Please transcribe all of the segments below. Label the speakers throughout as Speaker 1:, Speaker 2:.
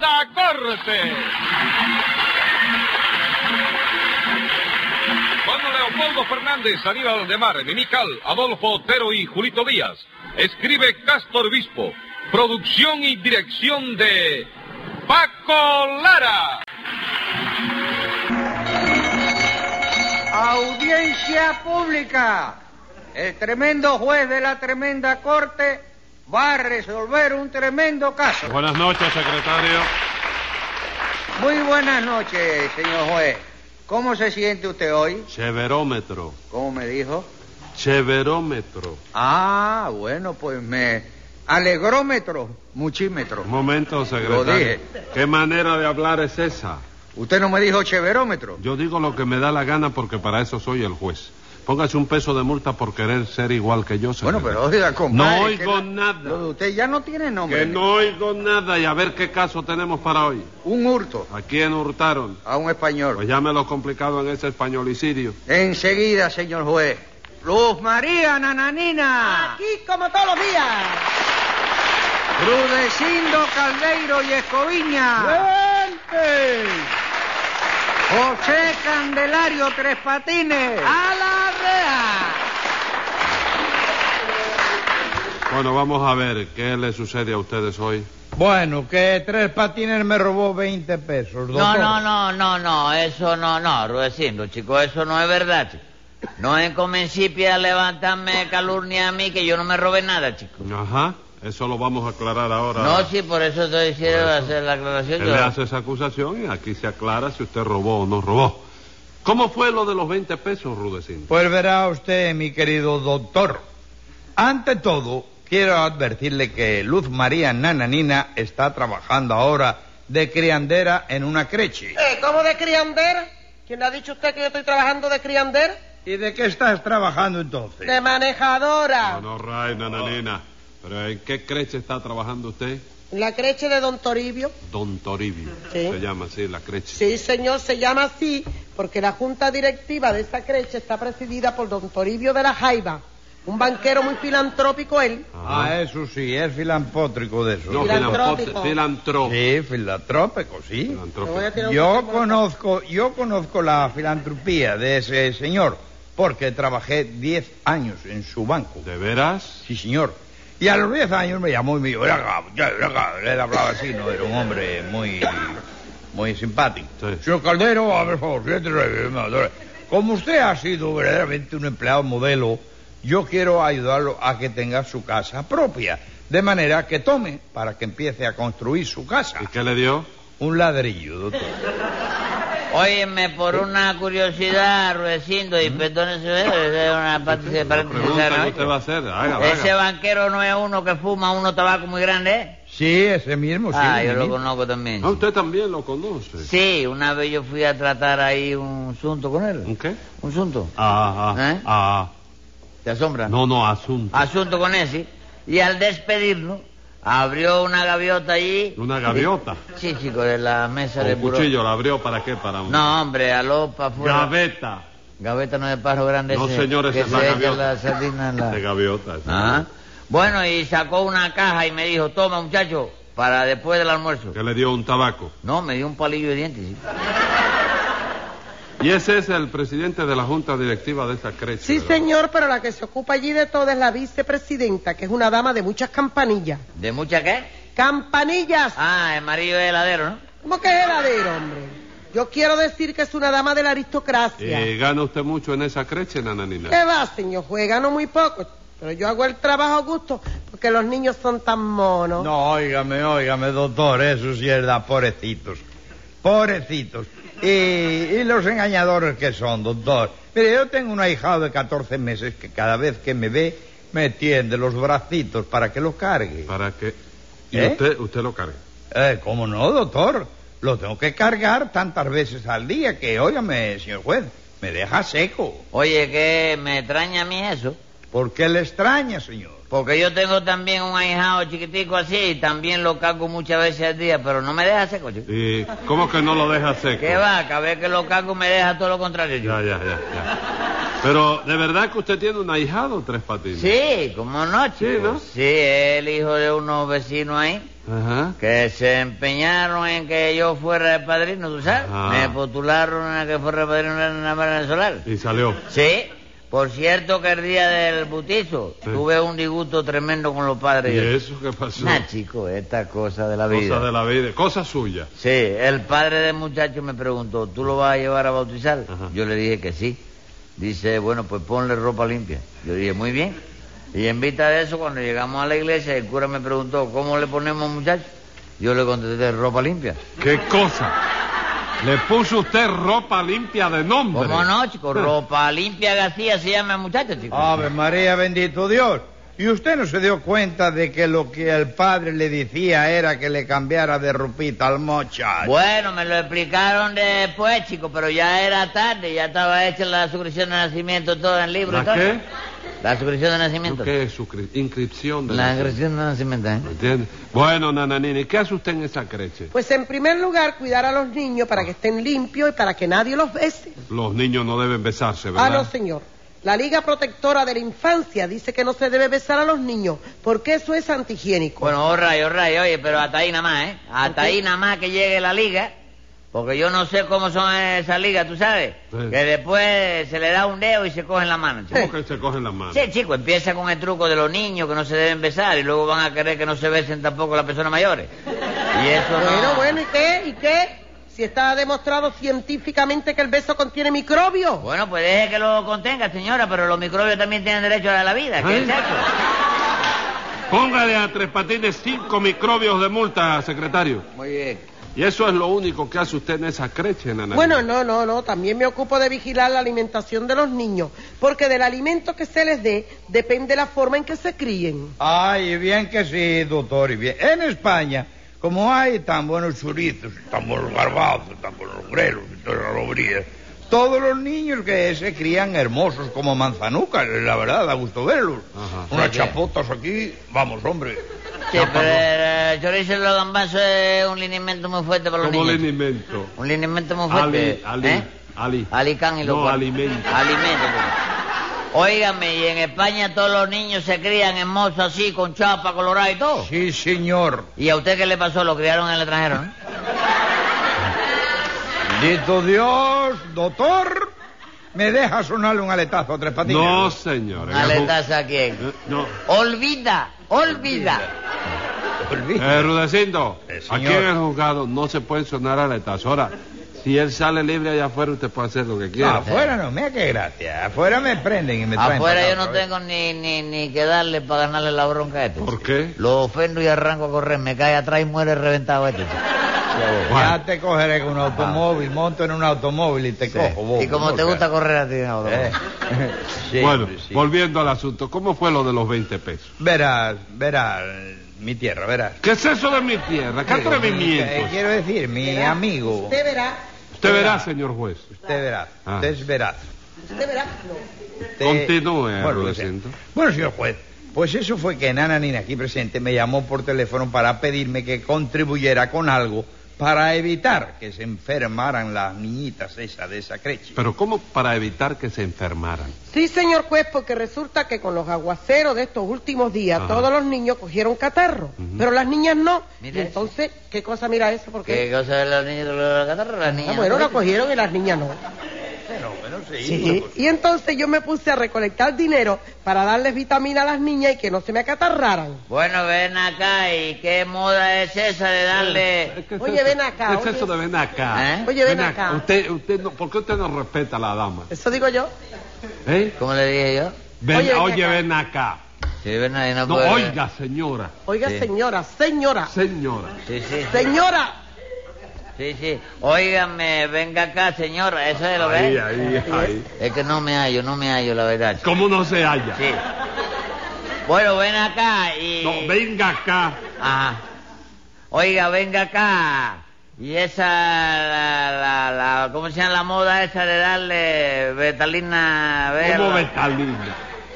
Speaker 1: la corte. Juan Leopoldo Fernández, Aníbal de Mar, Mimical, Adolfo Otero y Julito Díaz. Escribe Castor Bispo. Producción y dirección de Paco Lara.
Speaker 2: Audiencia pública. El tremendo juez de la tremenda corte va a resolver un tremendo caso.
Speaker 3: Buenas noches, secretario.
Speaker 2: Muy buenas noches, señor juez. ¿Cómo se siente usted hoy?
Speaker 3: Cheverómetro.
Speaker 2: ¿Cómo me dijo?
Speaker 3: Cheverómetro.
Speaker 2: Ah, bueno, pues me alegrómetro, muchímetro.
Speaker 3: Un momento, secretario.
Speaker 2: Lo dije.
Speaker 3: ¿Qué manera de hablar es esa?
Speaker 2: Usted no me dijo cheverómetro.
Speaker 3: Yo digo lo que me da la gana porque para eso soy el juez. Póngase un peso de multa por querer ser igual que yo,
Speaker 2: Bueno,
Speaker 3: secretario.
Speaker 2: pero oiga, compadre.
Speaker 3: No
Speaker 2: que
Speaker 3: oigo
Speaker 2: la-
Speaker 3: nada.
Speaker 2: lo de usted ya no tiene nombre.
Speaker 3: Que no oigo nada y a ver qué caso tenemos para hoy.
Speaker 2: Un hurto
Speaker 3: ¿A quién hurtaron?
Speaker 2: a un español.
Speaker 3: Pues ya me lo complicado en ese españolicidio.
Speaker 2: Enseguida, señor juez. Luz María Nananina.
Speaker 4: Aquí como todos los días.
Speaker 2: Rudecindo Caldeiro y Escoviña. José Candelario Tres Patines.
Speaker 4: ¡A la rea!
Speaker 3: Bueno, vamos a ver qué le sucede a ustedes hoy.
Speaker 5: Bueno, que Tres Patines me robó 20 pesos,
Speaker 6: No,
Speaker 5: doctor.
Speaker 6: no, no, no, no, eso no, no, Rudecindo, chico, eso no es verdad, chico. No comencipia a levantarme calurnia a mí que yo no me robé nada, chico.
Speaker 3: Ajá, eso lo vamos a aclarar ahora.
Speaker 6: No, sí, por eso te
Speaker 3: Ah. Por
Speaker 6: hicieron
Speaker 3: eso.
Speaker 6: hacer la aclaración.
Speaker 3: Él
Speaker 6: yo-
Speaker 3: le hace esa acusación y aquí se aclara si usted robó o no robó. ¿Cómo fue lo de los 20 pesos, Rudecindo?
Speaker 5: Pues verá usted, mi querido doctor. Ante todo, quiero advertirle que Luz María Nananina está trabajando ahora de criandera en una creche.
Speaker 4: Eh, ¿Cómo de criander? ¿Quién le ha dicho usted que yo estoy trabajando de criander?
Speaker 5: ¿Y de qué estás trabajando entonces?
Speaker 4: De manejadora.
Speaker 3: No, no, Ray, nananina. ¿Pero en qué creche está trabajando usted?
Speaker 4: La creche de don Toribio.
Speaker 3: Don Toribio.
Speaker 4: Sí.
Speaker 3: Se llama así la creche.
Speaker 4: Sí, señor, se llama así porque la junta directiva de esa creche está presidida por don Toribio de la Jaiba, un banquero muy filantrópico él.
Speaker 3: Ajá.
Speaker 5: Ah, eso sí, es filantrópico de eso.
Speaker 3: No,
Speaker 4: Filantrópico.
Speaker 3: filan- filantro-
Speaker 5: Sí, filantrópico, sí.
Speaker 3: filantrópico.
Speaker 4: Te voy a tirar un
Speaker 5: Yo
Speaker 4: poco de-
Speaker 5: conozco, yo conozco la filantropía de ese señor, porque trabajé 10 años en su banco.
Speaker 3: ¿De veras?
Speaker 5: Sí, señor. Y a los 10 años me llamó y me dijo, "Ven acá, muchacho, ven acá". Él hablaba así, ¿no? Era un hombre muy, muy simpático.
Speaker 3: Sí.
Speaker 5: Señor Caldero, a ver, por favor, siéntese, me adora. Como usted ha sido verdaderamente un empleado modelo, yo quiero ayudarlo a que tenga su casa propia. De manera que tome para que empiece a construir su casa.
Speaker 3: ¿Y qué le dio?
Speaker 5: Un ladrillo, doctor.
Speaker 6: Óyeme, por una curiosidad, Rudecindo, y perdón, eso es es una parte
Speaker 3: Pregunta que usted va a hacer. Haga, haga.
Speaker 6: Ese banquero no es uno que fuma uno tabaco muy grande, ¿eh?
Speaker 5: Sí, ese mismo, sí.
Speaker 6: ah,
Speaker 5: ese
Speaker 6: yo lo
Speaker 5: mismo.
Speaker 6: conozco también.
Speaker 3: Ah, usted también lo conoce.
Speaker 6: Sí, una vez yo fui a tratar ahí un asunto con
Speaker 3: ¿Un
Speaker 6: él.
Speaker 3: qué?
Speaker 6: Un asunto.
Speaker 3: Ah, ah,
Speaker 6: ¿Eh? Ah,
Speaker 3: ah.
Speaker 6: ¿Te asombra?
Speaker 3: No, no, asunto.
Speaker 6: asunto con ese. Y al despedirnos, abrió una gaviota allí.
Speaker 3: Una gaviota.
Speaker 6: Sí, chico, de la mesa de
Speaker 3: Un
Speaker 6: buró.
Speaker 3: cuchillo la abrió para qué? Para un...
Speaker 6: No, hombre, aló, pa' fuera.
Speaker 3: Gaveta.
Speaker 6: Gaveta no es de pájaro grande.
Speaker 3: No,
Speaker 6: ese,
Speaker 3: señor, esa
Speaker 6: que
Speaker 3: es la
Speaker 6: se echa
Speaker 3: gaviota.
Speaker 6: la sardina en la-
Speaker 3: De gaviota. esa.
Speaker 6: Ah. Bueno, y sacó una caja y me dijo, toma, muchacho, para después del almuerzo.
Speaker 3: Que le dio un tabaco.
Speaker 6: No, me dio un palillo de dientes. chico.
Speaker 3: Y ese es el presidente de la junta directiva de esa creche.
Speaker 4: Sí,
Speaker 3: ¿verdad?
Speaker 4: señor, pero la que se ocupa allí de todo es la vicepresidenta, que es una dama de muchas campanillas.
Speaker 6: ¿De mucha qué?
Speaker 4: ¡Campanillas!
Speaker 6: Ah, el marido de heladero, ¿no?
Speaker 4: ¿Cómo que es heladero, hombre? Yo quiero decir que es una dama de la aristocracia.
Speaker 3: Eh, ¿Gana usted mucho en esa creche, nananina?
Speaker 4: ¿Qué va, señor? Juega no muy poco, pero yo hago el trabajo a gusto porque los niños son tan monos.
Speaker 5: No, óigame, óigame, doctor, eso sí es da, pobrecitos. Pobrecitos. Y, y los engañadores que son, doctor. Mire, yo tengo un ahijado de 14 meses que cada vez que me ve me tiende los bracitos para que lo cargue.
Speaker 3: Para que... Y
Speaker 5: ¿Eh?
Speaker 3: usted, usted lo cargue.
Speaker 5: Eh, ¿Cómo no, doctor? Lo tengo que cargar tantas veces al día que, óigame, señor juez, me deja seco.
Speaker 6: Oye, que me extraña a mí eso.
Speaker 5: ¿Por qué le extraña, señor?
Speaker 6: Porque yo tengo también un ahijado chiquitico así y también lo cargo muchas veces al día, pero no me deja seco, chico.
Speaker 3: ¿Y cómo que no lo deja seco?
Speaker 6: ¿Qué va? Cada vez que lo cargo me deja todo lo contrario, chico.
Speaker 3: Ya, ya, ya, ya. Pero, ¿de verdad que usted tiene un ahijado, Tres Patines?
Speaker 6: Sí, como no, chico.
Speaker 3: Sí, ¿no?
Speaker 6: Sí, es el hijo de unos vecinos ahí
Speaker 3: Ajá.
Speaker 6: que se empeñaron en que yo fuera el padrino, ¿tú sabes?
Speaker 3: Ah.
Speaker 6: Me postularon a que fuera el padrino de la Cámara Venezolana.
Speaker 3: Y salió.
Speaker 6: Sí. Por cierto que el día del butizo
Speaker 3: Sí.
Speaker 6: tuve un disgusto tremendo con los padres.
Speaker 3: ¿Y eso qué pasó?
Speaker 6: Nah, chico, esta cosa de la vida.
Speaker 3: Cosa de la vida, cosa suya.
Speaker 6: Sí, el padre del muchacho me preguntó, ¿tú lo vas a llevar a bautizar?
Speaker 3: Ajá.
Speaker 6: Yo le dije que sí. Dice, bueno, pues ponle ropa limpia. Yo dije, muy bien. Y en vista de eso, cuando llegamos a la iglesia, el cura me preguntó, ¿cómo le ponemos muchacho? Yo le contesté, ropa limpia.
Speaker 3: ¿Qué cosa? Le puso usted ropa limpia de nombre.
Speaker 6: ¿Cómo no, chico? Ropa limpia García se llama el muchacho, chico.
Speaker 5: Ave María, bendito Dios. ¿Y usted no se dio cuenta de que lo que el padre le decía era que le cambiara de ropita al mocha?
Speaker 6: Bueno, me lo explicaron después, chico, pero ya era tarde, ya estaba hecha la suscripción de nacimiento, todo en libro. y
Speaker 3: ¿La
Speaker 6: todo.
Speaker 3: qué?
Speaker 6: La suscripción de nacimiento.
Speaker 3: ¿Qué es su cri- inscripción de
Speaker 6: La
Speaker 3: nacimiento?
Speaker 6: suscripción de nacimiento, ¿eh?
Speaker 3: ¿Me entiende? Bueno, Nananini, ¿qué hace usted en esa creche?
Speaker 4: Pues en primer lugar, cuidar a los niños para que estén limpios y para que nadie los bese.
Speaker 3: Los niños no deben besarse,
Speaker 4: Ah,
Speaker 3: ¿verdad?
Speaker 4: no, señor. La Liga Protectora de la Infancia dice que no se debe besar a los niños porque eso es antihigiénico.
Speaker 6: Bueno, oh rayo, oh, rayo, oye, pero hasta ahí nada más, ¿eh? Hasta
Speaker 4: ¿Por qué?
Speaker 6: ahí nada más que llegue la liga, porque yo no sé cómo son esas ligas, ¿tú sabes?
Speaker 3: Sí.
Speaker 6: Que después se le da un dedo y se cogen la mano, chico.
Speaker 3: ¿Cómo que se cogen las manos?
Speaker 6: Sí, chico, empieza con el truco de los niños que no se deben besar y luego van a querer que no se besen tampoco las personas mayores. Y eso no...
Speaker 4: Bueno, bueno, ¿y qué? ¿Y qué? Si está demostrado científicamente que el beso contiene microbios.
Speaker 6: Bueno, pues deje que lo contenga, señora, pero los microbios también tienen derecho a la vida. ¿Qué
Speaker 3: ¿Eh?
Speaker 6: es eso?
Speaker 3: Póngale a Tres Patines cinco microbios de multa, secretario.
Speaker 6: Muy bien.
Speaker 3: Y eso es lo único que hace usted en esa creche, Nananini.
Speaker 4: Bueno, no, no, no. También me ocupo de vigilar la alimentación de los niños, porque del alimento que se les dé depende la forma en que se críen.
Speaker 5: Ay, bien que sí, doctor, y bien. En España, como hay tan buenos churritos, tan buenos garbanzos, tan buenos grelos, y todas las loberías, todos los niños que se crían hermosos como manzanucas, la verdad, da gusto verlos.
Speaker 3: Ajá.
Speaker 5: Unas
Speaker 6: Sí, sí.
Speaker 5: chapotas aquí, vamos, hombre.
Speaker 6: Sí, pero eh, el chorizo y los gambazos es un linimento muy fuerte para los
Speaker 3: Como
Speaker 6: niños.
Speaker 3: alimento.
Speaker 6: Un linimento muy
Speaker 3: Ali,
Speaker 6: fuerte.
Speaker 3: Ali,
Speaker 6: ¿eh?
Speaker 3: Ali.
Speaker 6: Alicán y los
Speaker 3: No,
Speaker 6: cuatro.
Speaker 3: alimento.
Speaker 6: Alimento, pues. Óigame, y en España todos los niños se crían hermosos así, con chapa colorada y todo.
Speaker 5: Sí, señor.
Speaker 6: ¿Y a usted qué le pasó? Lo criaron en el extranjero, ¿no?
Speaker 5: Bendito Dios, doctor. ¿Me deja sonarle un aletazo a tres patines?
Speaker 3: No, señor.
Speaker 6: ¿Aletas a
Speaker 3: Eh,
Speaker 6: quién?
Speaker 3: No.
Speaker 6: Olvida, olvida.
Speaker 5: Olvida.
Speaker 3: Eh, Rudecindo,
Speaker 5: Eh, señor.
Speaker 3: aquí en el juzgado no se puede sonar aletas. Ahora, si él sale libre allá afuera, usted puede hacer lo que quiera.
Speaker 5: afuera no, mira qué gracia. Afuera me prenden y me traen para
Speaker 6: Afuera
Speaker 5: acá
Speaker 6: yo no
Speaker 5: otra vez.
Speaker 6: tengo ni, ni, ni que darle para ganarle la bronca a este.
Speaker 3: ¿Por
Speaker 6: chico.
Speaker 3: qué?
Speaker 6: Lo ofendo y arranco a correr, me cae atrás y muere reventado este. chico.
Speaker 5: Ya te cogeré
Speaker 3: Ah.
Speaker 5: con un automóvil, monto en un automóvil y te cojo. bobo,
Speaker 6: y como
Speaker 5: ¿no?
Speaker 6: te gusta correr a ti,
Speaker 5: O
Speaker 6: no,
Speaker 5: sea, eh, sí,
Speaker 3: bueno,
Speaker 5: sí.
Speaker 3: volviendo al asunto, ¿cómo fue lo de los 20 pesos?
Speaker 5: Verás, verás, mi tierra, verás.
Speaker 3: ¿Qué es eso de mi tierra? ¿Qué
Speaker 5: Eh,
Speaker 3: atrevimiento?
Speaker 5: quiero decir, mi
Speaker 4: Verá,
Speaker 5: amigo.
Speaker 4: Usted verá,
Speaker 3: Usted verá, señor juez.
Speaker 5: Usted verá,
Speaker 3: Ah.
Speaker 5: usted es veraz.
Speaker 4: usted verá. No.
Speaker 5: Usted-
Speaker 3: Continúe,
Speaker 5: bueno, lo
Speaker 3: Rudecindo.
Speaker 5: sé. Bueno, señor juez, pues eso fue que Nana Nina aquí presente me llamó por teléfono para pedirme que contribuyera con algo para evitar que se enfermaran las niñitas esas de esa creche.
Speaker 3: Pero ¿cómo para evitar que se enfermaran?
Speaker 4: Sí, señor juez, porque resulta que con los aguaceros de estos últimos días,
Speaker 3: Ajá.
Speaker 4: todos los niños cogieron catarro,
Speaker 3: Ujú.
Speaker 4: pero las niñas no.
Speaker 6: Mira
Speaker 4: Y
Speaker 6: eso.
Speaker 4: entonces, ¿qué cosa mira eso?
Speaker 6: ¿Qué
Speaker 4: Porque
Speaker 6: cosa de los niños de los catarros? Las
Speaker 4: ah,
Speaker 6: niñas.
Speaker 4: bueno, la cogieron y las niñas no.
Speaker 5: Bueno,
Speaker 4: Sí, y entonces yo me puse a recolectar dinero para darles vitamina a las niñas y que no se me acatarraran.
Speaker 6: Bueno, ven acá, ¿y qué moda es esa de darle...?
Speaker 3: ¿Qué es
Speaker 4: Oye,
Speaker 3: eso?
Speaker 4: ven acá,
Speaker 3: ¿Qué es
Speaker 4: oye.
Speaker 3: eso de ven acá?
Speaker 6: ¿Eh?
Speaker 4: Oye, ven acá.
Speaker 3: Usted, usted no- ¿Por qué usted no respeta a la dama?
Speaker 4: Eso digo yo.
Speaker 3: ¿Eh?
Speaker 6: ¿Cómo le dije yo?
Speaker 3: Ven-
Speaker 4: Oye,
Speaker 3: oye,
Speaker 4: ven acá.
Speaker 3: ven acá.
Speaker 6: Sí, ven ahí, no,
Speaker 3: No,
Speaker 6: puede-
Speaker 3: oiga, señora.
Speaker 4: Oiga,
Speaker 6: Sí.
Speaker 4: señora, señora,
Speaker 3: Señora.
Speaker 6: Sí, sí, sí,
Speaker 4: señora.
Speaker 6: sí, sí. Óigame, venga acá, señora, eso es lo
Speaker 3: Ahí,
Speaker 6: que
Speaker 3: ahí, ahí.
Speaker 6: es. Es que no me hallo, no me hallo, la verdad. chico.
Speaker 3: ¿Cómo no se halla?
Speaker 6: Sí. Bueno, ven acá y...
Speaker 3: No, venga acá.
Speaker 6: Ajá. Oiga, venga acá. Y esa, la, la, la- ¿cómo se llama la moda esa de darle betalina? ve,
Speaker 3: Como
Speaker 6: la-
Speaker 3: betalina.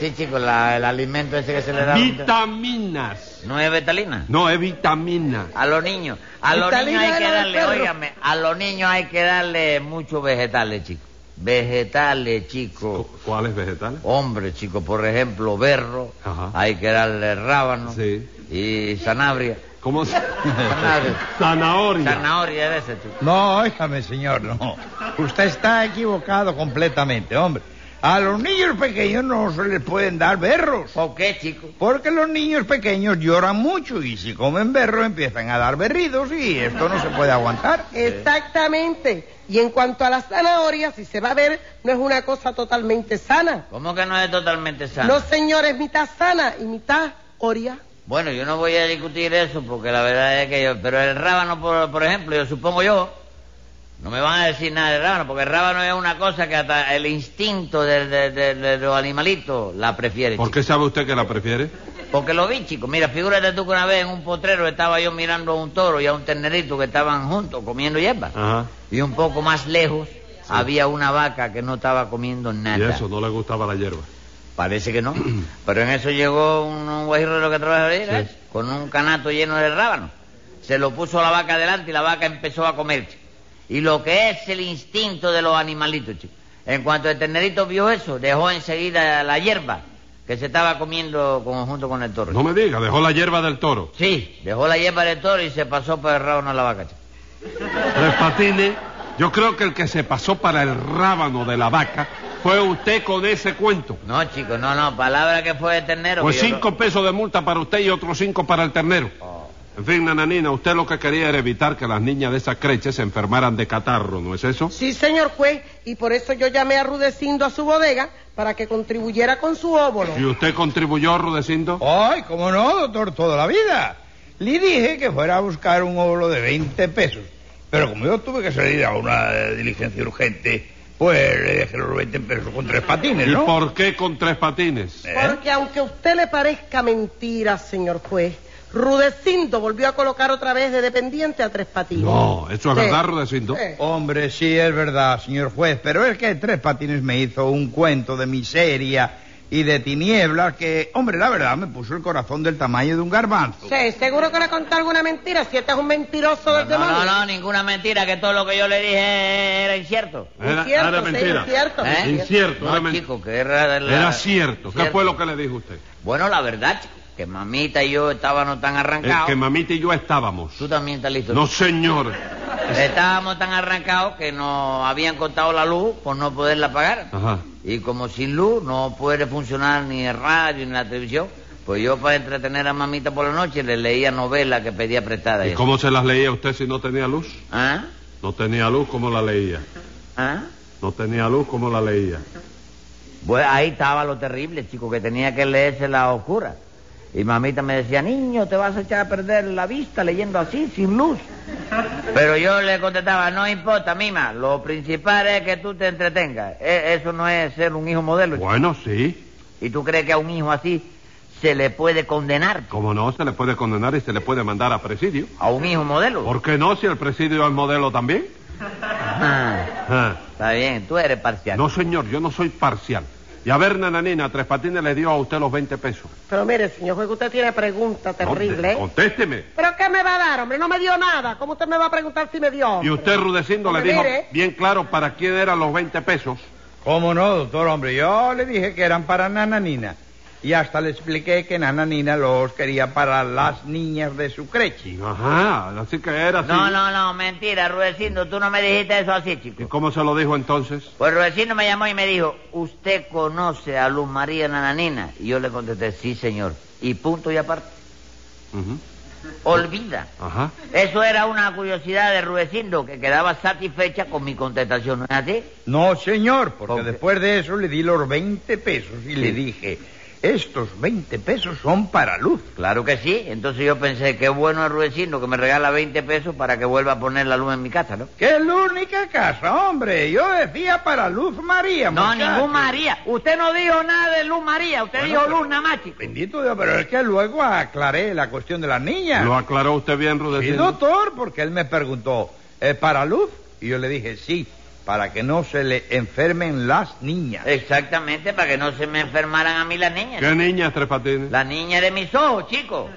Speaker 6: Sí, chicos, la- el alimento ese que se le da. a usted.
Speaker 3: Vitaminas.
Speaker 6: No es betalina.
Speaker 3: No, es vitamina.
Speaker 6: A los niños. A los
Speaker 4: Betalina
Speaker 6: niños hay
Speaker 4: era
Speaker 6: que
Speaker 4: del
Speaker 6: darle,
Speaker 4: perro.
Speaker 6: óigame, a los niños hay que darle muchos vegetales, chicos. Vegetales, chico.
Speaker 3: Cu- ¿Cuáles vegetales?
Speaker 6: Hombre, chico, por ejemplo, berro.
Speaker 3: Ajá.
Speaker 6: Hay que darle rábano.
Speaker 3: Sí.
Speaker 6: Y zanabria.
Speaker 3: ¿Cómo se...?
Speaker 6: Zanahoria.
Speaker 3: Zanahoria.
Speaker 6: Zanahoria de ese, chico.
Speaker 5: No, óigame, señor, no. Usted está equivocado completamente, hombre. A los niños pequeños no se les pueden dar berros.
Speaker 6: ¿Por qué, chico?
Speaker 5: Porque los niños pequeños lloran mucho y si comen berro empiezan a dar berridos y esto no se puede aguantar.
Speaker 4: Exactamente. Y en cuanto a las zanahorias, si se va a ver, no es una cosa totalmente sana.
Speaker 6: ¿Cómo que no es totalmente sano?
Speaker 4: No, señor, es mitad sana y mitad oria.
Speaker 6: Bueno, yo no voy a discutir eso porque la verdad es que yo... Pero el rábano, por, por ejemplo, yo supongo yo, no me van a decir nada de rábano, porque el rábano es una cosa que hasta el instinto de, de- de- de los animalitos la prefiere.
Speaker 3: ¿Por
Speaker 6: chico.
Speaker 3: qué sabe usted que la prefiere?
Speaker 6: Porque lo vi, chico. Mira, figúrate tú que una vez en un potrero estaba yo mirando a un toro y a un ternerito que estaban juntos comiendo hierba.
Speaker 3: Ajá.
Speaker 6: Y un poco más lejos había una vaca que no estaba comiendo nada.
Speaker 3: Y eso, no le gustaba la hierba.
Speaker 6: Parece que no. Pero en eso llegó un, un guajiro que trabaja ahí, ¿ves?
Speaker 3: Sí.
Speaker 6: con un canato lleno de rábano. Se lo puso a la vaca adelante y la vaca empezó a comer. chico. Y lo que es el instinto de los animalitos, chico. En cuanto el ternerito vio eso, dejó enseguida la hierba que se estaba comiendo con- junto con el toro.
Speaker 3: No me diga, dejó la hierba del toro.
Speaker 6: Sí, dejó la hierba del toro y se pasó por el rábano a la vaca. chico.
Speaker 3: Tres patines. Yo creo que el que se pasó para el rábano de la vaca fue usted con ese cuento.
Speaker 6: No, chico, no, no, palabra que fue de ternero.
Speaker 3: Pues
Speaker 6: que yo Ah.
Speaker 3: cinco pesos de multa para usted y otros cinco para el ternero. En fin, nananina, usted lo que quería era evitar que las niñas de esa creche se enfermaran de catarro, ¿no es eso?
Speaker 4: Sí, señor juez, y por eso yo llamé a Rudecindo a su bodega para que contribuyera con su óvulo.
Speaker 3: ¿Y usted contribuyó, Rudecindo?
Speaker 5: Ay, cómo no, doctor, toda la vida. Le dije que fuera a buscar un óvulo de 20 pesos. Pero como yo tuve que salir a una eh, diligencia urgente, pues le dejé los 20 pesos con tres patines,
Speaker 3: ¿Y
Speaker 5: ¿no?
Speaker 3: por qué con tres patines?
Speaker 5: ¿Eh?
Speaker 4: Porque aunque a usted le parezca mentira, señor juez, Rudecindo volvió a colocar otra vez de dependiente a tres patines.
Speaker 3: No, eso es
Speaker 4: Sí.
Speaker 3: verdad, Rudecindo.
Speaker 4: Sí.
Speaker 5: Hombre, sí, es verdad, señor juez, pero es que Tres Patines me hizo un cuento de miseria y de tinieblas que, hombre, la verdad me puso el corazón del tamaño de un garbanzo.
Speaker 4: Sí, seguro que le contó alguna mentira, si este es un mentiroso del
Speaker 6: No,
Speaker 4: demonio.
Speaker 6: no, no, ninguna mentira, que todo lo que yo le dije era incierto.
Speaker 3: Era,
Speaker 4: Incierto,
Speaker 3: era
Speaker 4: sí,
Speaker 3: mentira.
Speaker 4: incierto,
Speaker 6: ¿Eh?
Speaker 4: sí,
Speaker 3: Incierto,
Speaker 6: No,
Speaker 3: era men-
Speaker 6: chico, que era... la-
Speaker 3: Era cierto. ¿Qué fue lo que le dijo usted?
Speaker 6: Bueno, la verdad, chico, que mamita y yo estábamos tan
Speaker 3: Eh,
Speaker 6: arrancados...
Speaker 3: que mamita y yo estábamos.
Speaker 6: Tú también estás listo.
Speaker 3: No, señor.
Speaker 6: Estábamos tan arrancados que nos habían cortado la luz por no poderla pagar.
Speaker 3: Ajá.
Speaker 6: Y como sin luz no puede funcionar ni el radio ni la televisión, pues yo para entretener a mamita por la noche le leía novelas que pedía prestadas.
Speaker 3: ¿Y cómo se las leía usted si no tenía luz?
Speaker 6: ¿Ah?
Speaker 3: No tenía luz, ¿cómo la leía?
Speaker 6: ¿Ah?
Speaker 3: No tenía luz, ¿cómo la leía?
Speaker 6: Pues ahí estaba lo terrible, chico, que tenía que leerse la oscura. Y mamita me decía, niño, te vas a echar a perder la vista leyendo así, sin luz. Pero yo le contestaba, no importa, mima, lo principal es que tú te entretengas. E- eso no es ser un hijo modelo. chico.
Speaker 3: Bueno, sí.
Speaker 6: ¿Y tú crees que a un hijo así se le puede condenar
Speaker 3: Como no, se le puede condenar y se le puede mandar a presidio.
Speaker 6: a un hijo modelo?
Speaker 3: ¿Por qué no si el presidio es modelo también?
Speaker 6: Ah,
Speaker 3: Ah.
Speaker 6: está bien, tú eres parcial.
Speaker 3: No, señor, yo no soy parcial. Y a ver, nananina, Tres Patines le dio a usted los 20 pesos.
Speaker 4: Pero mire, señor juez, que usted tiene pregunta terrible,
Speaker 3: No,
Speaker 4: ¿eh?
Speaker 3: te- Contésteme.
Speaker 4: ¿Pero qué me va a dar, hombre? No me dio nada. ¿Cómo usted me va a preguntar si me dio?
Speaker 3: Y usted, Rudecindo, le
Speaker 4: Hombre,
Speaker 3: dijo
Speaker 4: mire.
Speaker 3: bien claro para quién eran los 20 pesos.
Speaker 5: ¿Cómo no, doctor? Hombre, yo le dije que eran para Nananina. Y hasta le expliqué que Nananina los quería para las niñas de su creche.
Speaker 3: Ajá, así que era así.
Speaker 6: no, no, no, mentira, Rudecindo, tú no me dijiste eso así, chico.
Speaker 3: ¿Y cómo se lo dijo entonces?
Speaker 6: Pues Rudecindo me llamó y me dijo, ¿usted conoce a Luz María Nananina? Y yo le contesté, sí, señor. Y punto y aparte.
Speaker 3: Ujú.
Speaker 6: Olvida.
Speaker 3: Ajá.
Speaker 6: Eso era una curiosidad de Rudecindo, que quedaba satisfecha con mi contestación, ¿no es así?
Speaker 5: No, señor, porque
Speaker 6: Hombre.
Speaker 5: después de eso le di los 20 pesos y le dije, estos 20 pesos son para luz.
Speaker 6: Claro que sí. Entonces yo pensé, qué bueno es Rudecindo que me regala 20 pesos para que vuelva a poner la luz en mi casa, ¿no?
Speaker 5: ¡Qué es la única casa, hombre! Yo decía para Luz María,
Speaker 6: No,
Speaker 5: muchacho.
Speaker 6: ningún María. Usted no dijo nada de Luz María, usted
Speaker 5: Bueno,
Speaker 6: dijo
Speaker 5: pero-
Speaker 6: Luz nada más, chico.
Speaker 5: Bendito Dios, pero es que luego aclaré la cuestión de las niñas.
Speaker 3: ¿Lo aclaró usted bien,
Speaker 5: Sí,
Speaker 3: Rudecindo?
Speaker 5: doctor, porque él me preguntó, ¿es para Luz? Y yo le dije, sí, para que no se le enfermen las niñas.
Speaker 6: Eh. Exactamente, para que no se me enfermaran a mí las niñas.
Speaker 3: ¿Qué niñas, Tres Patines?
Speaker 6: La niña de mis ojos, chico.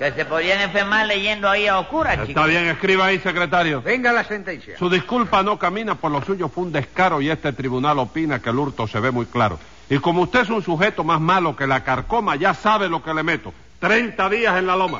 Speaker 6: Que se podían enfermar leyendo ahí a oscuras, chico.
Speaker 3: Está bien, escriba ahí, secretario.
Speaker 2: Venga la sentencia.
Speaker 3: Su disculpa no camina por lo suyo, fue un descaro y este tribunal opina que el hurto se ve muy claro. Y como usted es un sujeto más malo que la carcoma, ya sabe lo que le meto. Treinta días en la loma.